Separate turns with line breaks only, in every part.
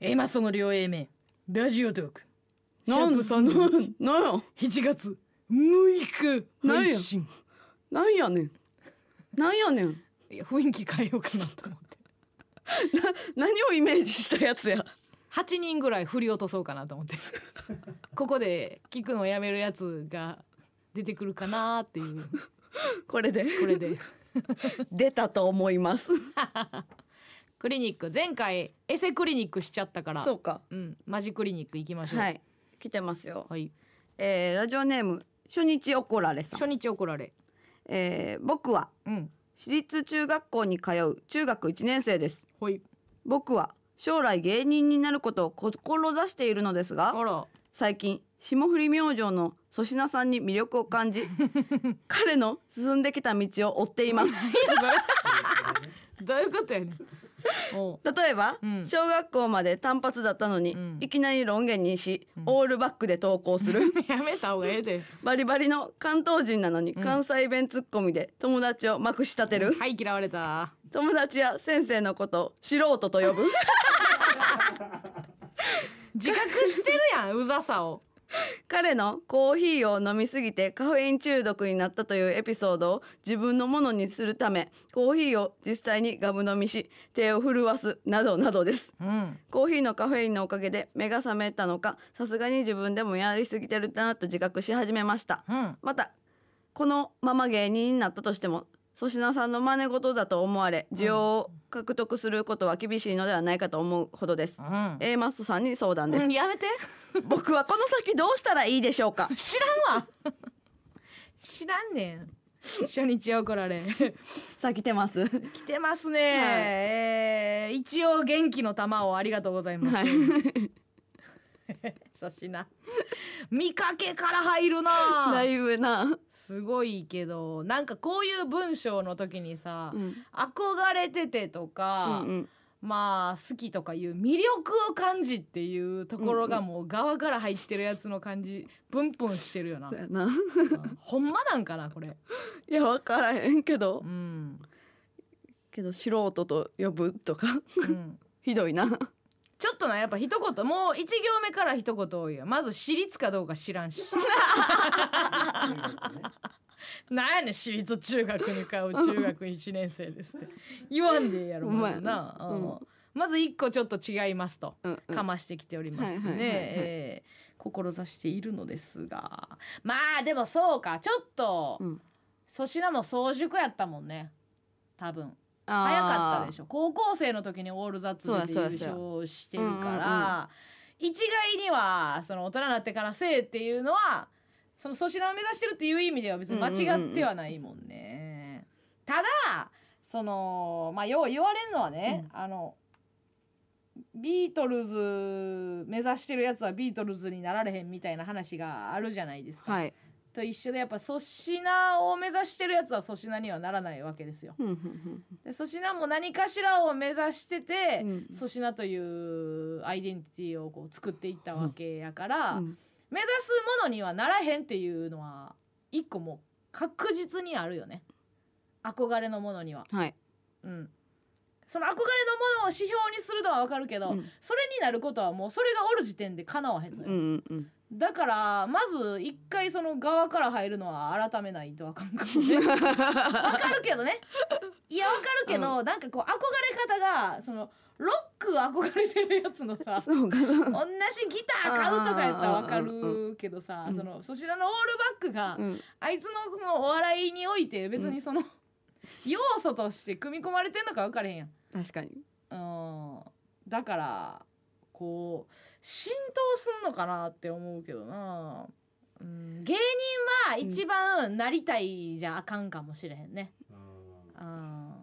今その両 A 面ラジオトークシャー
なん
プ
な
さ
ん
んの
や
1月6日
なんや
配信
なんやねんなんやねん
いや雰囲気変えようかなと思って
何をイメージしたやつや
8人ぐらい振り落とそうかなと思ってここで聞くのやめるやつが出てくるかなっていう
これで
これで
出たと思います
クリニック前回エセクリニックしちゃったから
そうか
うん、マジクリニック行きましょう
はい来てますよ、
はい
えー、ラジオネーム初日怒られさ
初
ん、
日怒られ
えー、僕は
うん
私立中学校に通う中学1年生です
ほい
僕は将来芸人になることを志しているのですが
あら
最近霜降り明星の粗品さんに魅力を感 じ彼の進んできた道を追っています
どういうことやねんおう
例えば、
うん
小学校まで単発だったのに、
うん
いきなりロン毛にし、
うん
オールバックで投稿 する
やめた方がええで
バリバリの関東人なのに
うん
関西弁ツッコミで友達をまくし立てる、
はい嫌われた
友達や先生のことを素人と呼ぶ
自覚してるやん うざさを
彼のコーヒーを飲みすぎてカフェイン中毒になったというエピソードを自分のものにするためコーヒーを実際にガブ飲みし手を震わすなどなどです
うん
コーヒーのカフェインのおかげで目が覚めたのかさすがに自分でもやりすぎてるなと自覚し始めました
うん
またこのまま芸人になったとしても粗品さんの真似事だと思われ需要を獲得することは厳しいのではないかと思うほどです、
うん、
A マストさんに相談で
う
す
ん、やめて
僕はこの先どうしたらいいでしょうか
知らんわ知らんねん初日怒られ
さあ来てます
来てますね、
はい
えー一応元気の玉をありがとうございます、
はい
粗品見かけから入る
だ
ない
ぶな、
すごいけどなんかこういう文章の時にさ、
うん
憧れててとか、
うんうん
まあ好きとかいう魅力を感じっていうところがもう側から入ってるやつの感じプンプンしてるよな
そうやな
うんほんまなんかなこれ
いや分からへんけど
うん、
けど素人と呼ぶとか
うん、
ひどいな
ちょっとなやっぱ一言もう一行目から一言多いよまず私立かどうか知らんしなんやねん私立中学に通う中学1年生ですって言わんでええやろ
ほんまや
まず
な
な、うん
うん
まず一個ちょっと違いますと。
うんうん
かましてきておりますね、
はいはいはいはい
えー志しているのですがまあでもそうかちょっと
うん
粗品、も早熟やったもんね多分
あー
早かったでしょ高校生の時にオールザッツで
そう
優
やそうや
勝してる
うん
か
うん
ら一概にはその大人になってから性っていうのはその粗品を目指してるっていう意味では別に間違ってはないもんね。ただそのまあよう言われるのはね、あのビートルズ目指してるやつはビートルズになられへんみたいな話があるじゃないですか。
はい
と一緒でやっぱ粗品を目指してるやつは粗品にはならないわけですよ。
うんうん
で粗品も何かしらを目指してて
うんうん
粗品、というアイデンティティをこう作っていったわけやから、
うん
目指すものにはならへんっていうのは一個もう確実にあるよね憧れのものには。
はい、
うんその憧れのものを指標にするのはわかるけど、
うん
それになることはもうそれがおる時点で叶わへんのよ、
う んうん。
だからまず一回その側から入るのは改めないとあかんかもねわかるけどね。いやわかるけど、なんかこう憧れ方がそのロック憧れてるやつのさ
そうかな
同じギター買うとかやったらわか
うんうん
るけどさ、
うん
そのそちらのオールバックが、
うん
あいつのそのお笑いにおいて別にその、要素として組み込まれてんのか分からへんやん。
確かに
うん、だからこう浸透すんのかなって思うけどな、うん、芸人は一番なりたいじゃあかんかもしれへんね、うん、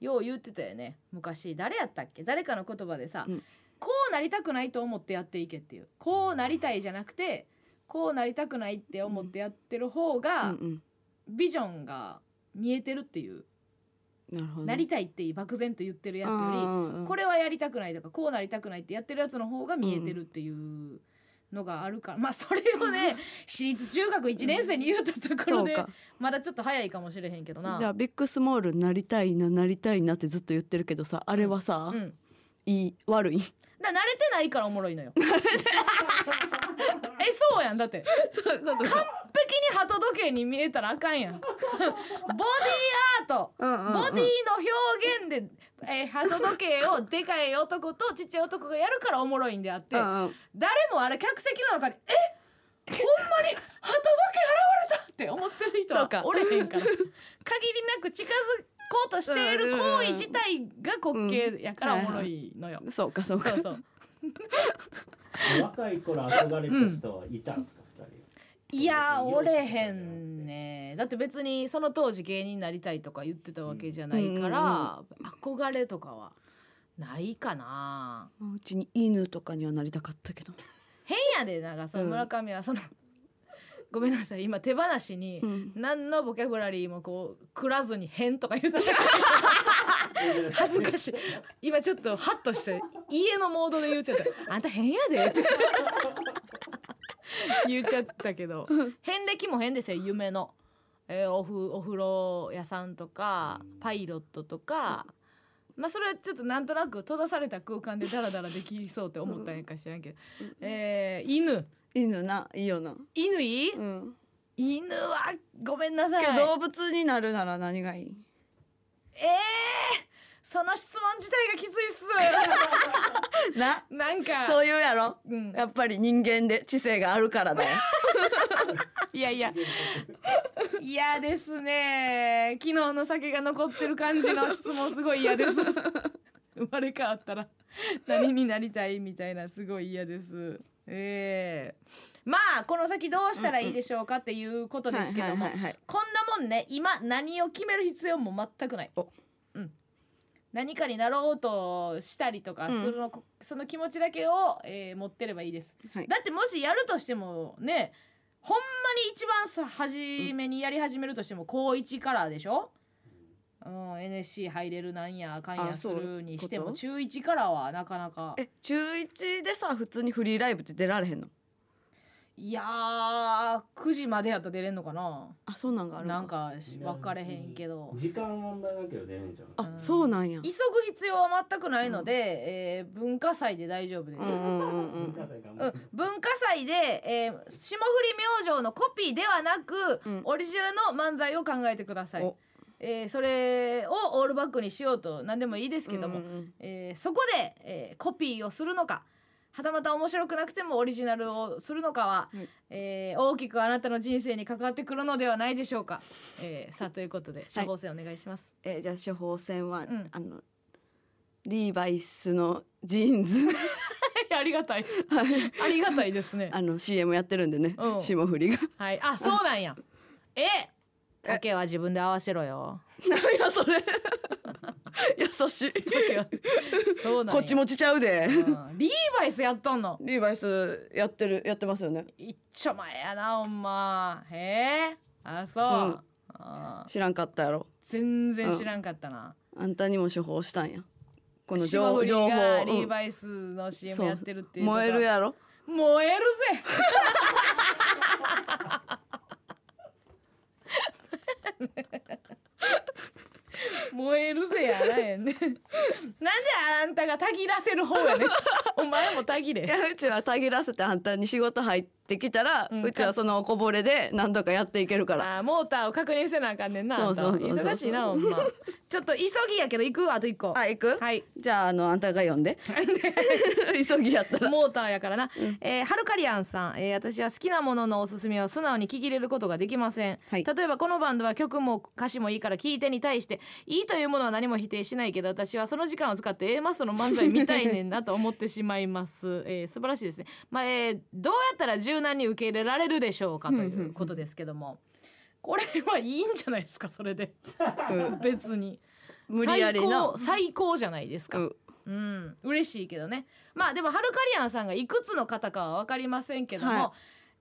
よう言ってたよね昔誰やったっけ誰かの言葉でさ、
うん
こうなりたくないと思ってやっていけっていうこうなりたいじゃなくてこうなりたくないって思ってやってる方
う
が、
ん
ビジョンが見えてるっていう、
うんなるほど
なりたいって漠然と言ってるやつより、
り
こ
れ
れはやりたくないとかこうなりたくないってやってるやつの方が見えてるっていうのがあるから、まあそれを ね私立中学1年生に言うたとこ
そ
ろ
う
で
か
まだちょっと早いかもしれへんけどな。
じゃあビッグスモールなりたいななりたいなってずっと言ってるけどさあれはさ、
うん、
いい悪い
だから慣れてないからおもろい のよえそうやんだって
そういうことか。
完璧に鳩時計に見えたらあかんやんボディアート
うんうんうん
ボディの表現で、えー、鳩時計をでかい男とちっちゃい男がやるからおもろいんであって
うんうん
誰もあれ客席の中に「えほんまに鳩時計現れた!」って思ってる人
そうか
はおれへんから 限りなく近づこうとしている行為自体が滑稽やからおもろいのよ。
そうかそう
そ
か
う。そう
若い頃憧れた人はいたんですか、二人
いやおれへんねだって別にその当時芸人になりたいとか言ってたわけじゃないから、憧れとかはないかな。
うちに犬とかにはなりたかったけど。
変やでなんかその
うん
村上はその、ごめんなさい今手放しに
うん
何のボキャブラリーもこうくらずに「変」とか言っちゃう恥ずかしい今ちょっとハッとして家のモードで言っちゃった「あんた変やで」って言っちゃったけど変歴も変ですよ夢の、えーおふお風呂屋さんとかパイロットとか。まあそれはちょっとなんとなく閉ざされた空間でダラダラできそうって思ったんやか知らんけど、えー犬
犬ないいよな。
犬いい、
うん。
犬はごめんなさい
けど動物になるなら何がいい？
ええその質問自体がきついっす
な。
なんか
そういうやろ。
うん
やっぱり人間で知性がある からだよ。
いやいや嫌ですね昨日の酒が残ってる感じの質問すごい嫌です 生まれ変わったら何になりたいみたいなすごい嫌ですええまあこの先どうしたらいいでしょうかっていうことですけども
はいはいはいはい
こんなもんね今何を決める必要も全くない
お。
うん、何かになろうとしたりとか、そのこその気持ちだけを、えー持ってればいいです。
はい
だってもしやるとしてもねほんまに一番さ初めにやり始めるとしても高1からでしょ、うん、NSC 入れるなんやあかんや
あ
す
そう
るにして
こ
も
と
中1からはなかなか
え中一でさ普通にフリーライブって出られへんの？
いやー9時までやったら出れんのかな
あそうなんがあるの
なん。かし分かれへんけど。
時間問題だけど出るんじゃん
あそうなんや。
急ぐ必要は全くないので、えー文化祭で大丈夫です。
う
うんん
うんうんう
文化
ん。
祭頑張って
文化祭で、えー霜降り明星のコピーではなく、
うん
オリジナルの漫才を考えてください
お、
えーそれをオールバックにしようと何でもいいですけども、
うんうん
えーそこで、えーコピーをするのかはたまた面白くなくてもオリジナルをするのかは、
はい
えー大きくあなたの人生に関わってくるのではないでしょうか、えーさあということで処方箋お願いし ます、
えーじゃあ処方箋は、
ん
あのリーバイスのジーン ズ
ありがたい
はい
ありがたいですね
あの CM やってるんでね
うん
霜降 りが
はい、あ、そうなん や。え、時計は自分で合わせろ よ。
何やそれ 優しい
時計は。そうなんや。
こっち。もちちゃうで
うん、リーバイスやっとんの。
リーバイスやってるやってますよね
一丁前やな、ほんま。へえ。あ、そう。
うん
あー
知らんかったやろ
全然知らんかったな。
あんたにも処方したんやこの
霜
情
降り
報情
が
報
リ
う
ー
ん
バイスの CM
そう
やってるっていうことは
燃えるやろ
燃えるぜ燃えるぜやらへんねなんであんたがたぎらせる方やねお前もたぎ
い
れ
やうちはたぎらせてあんたに仕事入ってきたら、
う
うんちはそのこぼれで何とかやっていけるから
あーモーターを確認せなあかんねんなあんたは
そうそうそうそう
忙しいなほんまちょっと急ぎやけど行くわあと一個
あ行く、
はい
じゃああのあんたが読んで 急ぎやった ら
モーターやからな、えーハルカリアンさん、えー私は好きなもののおすすめを素直に聞き入れることができません、
はい
例えばこのバンドは曲も歌詞もいいから聞いてに対していいというものは何も否定しないけど私はその時間を使って A マストの漫才見たいねんなと思ってしまいます、えー素晴らしいですねまあ、えーどうやったら柔軟に受け入れられるでしょうかということですけどもこれはい いんじゃないですかそれで、別に
無理やりな
最高最高じゃないですか、
うん
うん、嬉しいけどね。まあでもハルカリアンさんがいくつの方かは分かりませんけども、
は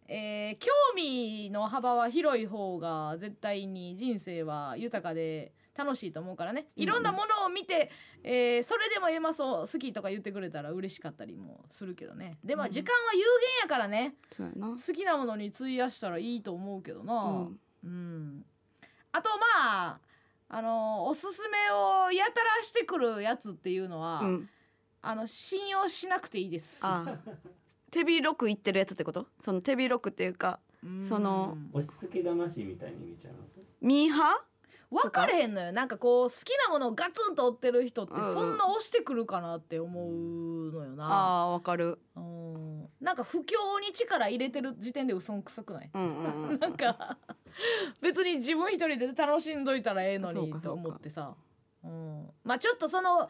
えー興味の幅は広い方が絶対に人生は豊かで楽しいと思うからね。いろんなものを見て、えーそれでもエマソ好きとか言ってくれたら嬉しかったりもするけどね。でも時間は有限やからね。
そうやな
好きなものに費やしたらいいと思うけどな。
うん
うん、あとまああのおすすめをやたらしてくるやつっていうのは、
うん
あの信用しなくていいです。
ああ手広くいってるやつってことその手広くっていうか
うん
その
押し付け魂みたいに見ちゃいます
ミーハ
分かれへんのよなんかこう好きなものをガツンと追ってる人って
うんうん
そんな押してくるかなって思うのよ
ー
な、
ああーわかる
うん、なんか不況に力入れてる時点でうそんくさくない
うんうんうん
なんか 別に自分一人で楽しんどいたらええの
そう
に
か
と
そうか
思ってさうん、まあちょっとその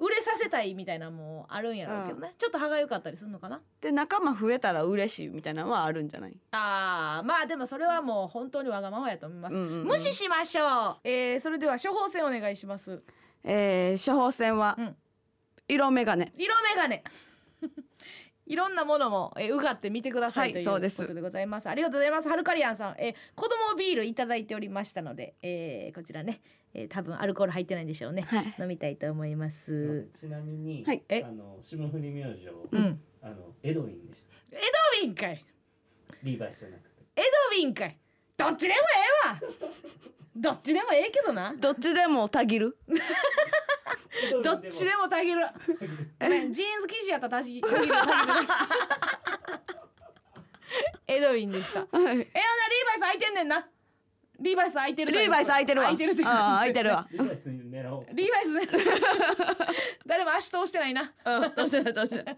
売れさせたいみたいなのもあるんやろうけどね、ちょっと歯がゆかったりするのかな
で仲間増えたら嬉しいみたいなのはあるんじゃない、
あーまあでもそれはもう本当にわがままやと思います、
うんうんうん
無視しましょう、えー、それでは処方箋お願いします
えー、処方箋は
うん
色眼鏡
色眼鏡 いろんなものも、えー、うがって見てください、
はい
という
そ
こ
うです
とでございますありがとうございますハルカリアンさん、えー、子供ビールいただいておりましたので、えー、こちらね、えー、多分アルコール入ってないんでしょうね
はい
飲みたいと思います
いま
す
せんちなみに、
はい
え
あの霜降り明星、
うん
あのエドウィンでし
ドビンかい
たリーバイスじゃなくて
ドビンかいどっちでもええわどっちでもええけどな
どっちでもたぎる
どっちでもたぎ るごめんジーンズ生地やったらたぎたぎるエドウィンでした
はい
え、ほんならリーバイス空いてんねんな。リーバイス空いてるという
リーバイス空いてるわ
空いてるって
あー空いてる わ
リーバイスに狙おう
リーバイスね。誰も足通してないな。
うんどうせだどうせだ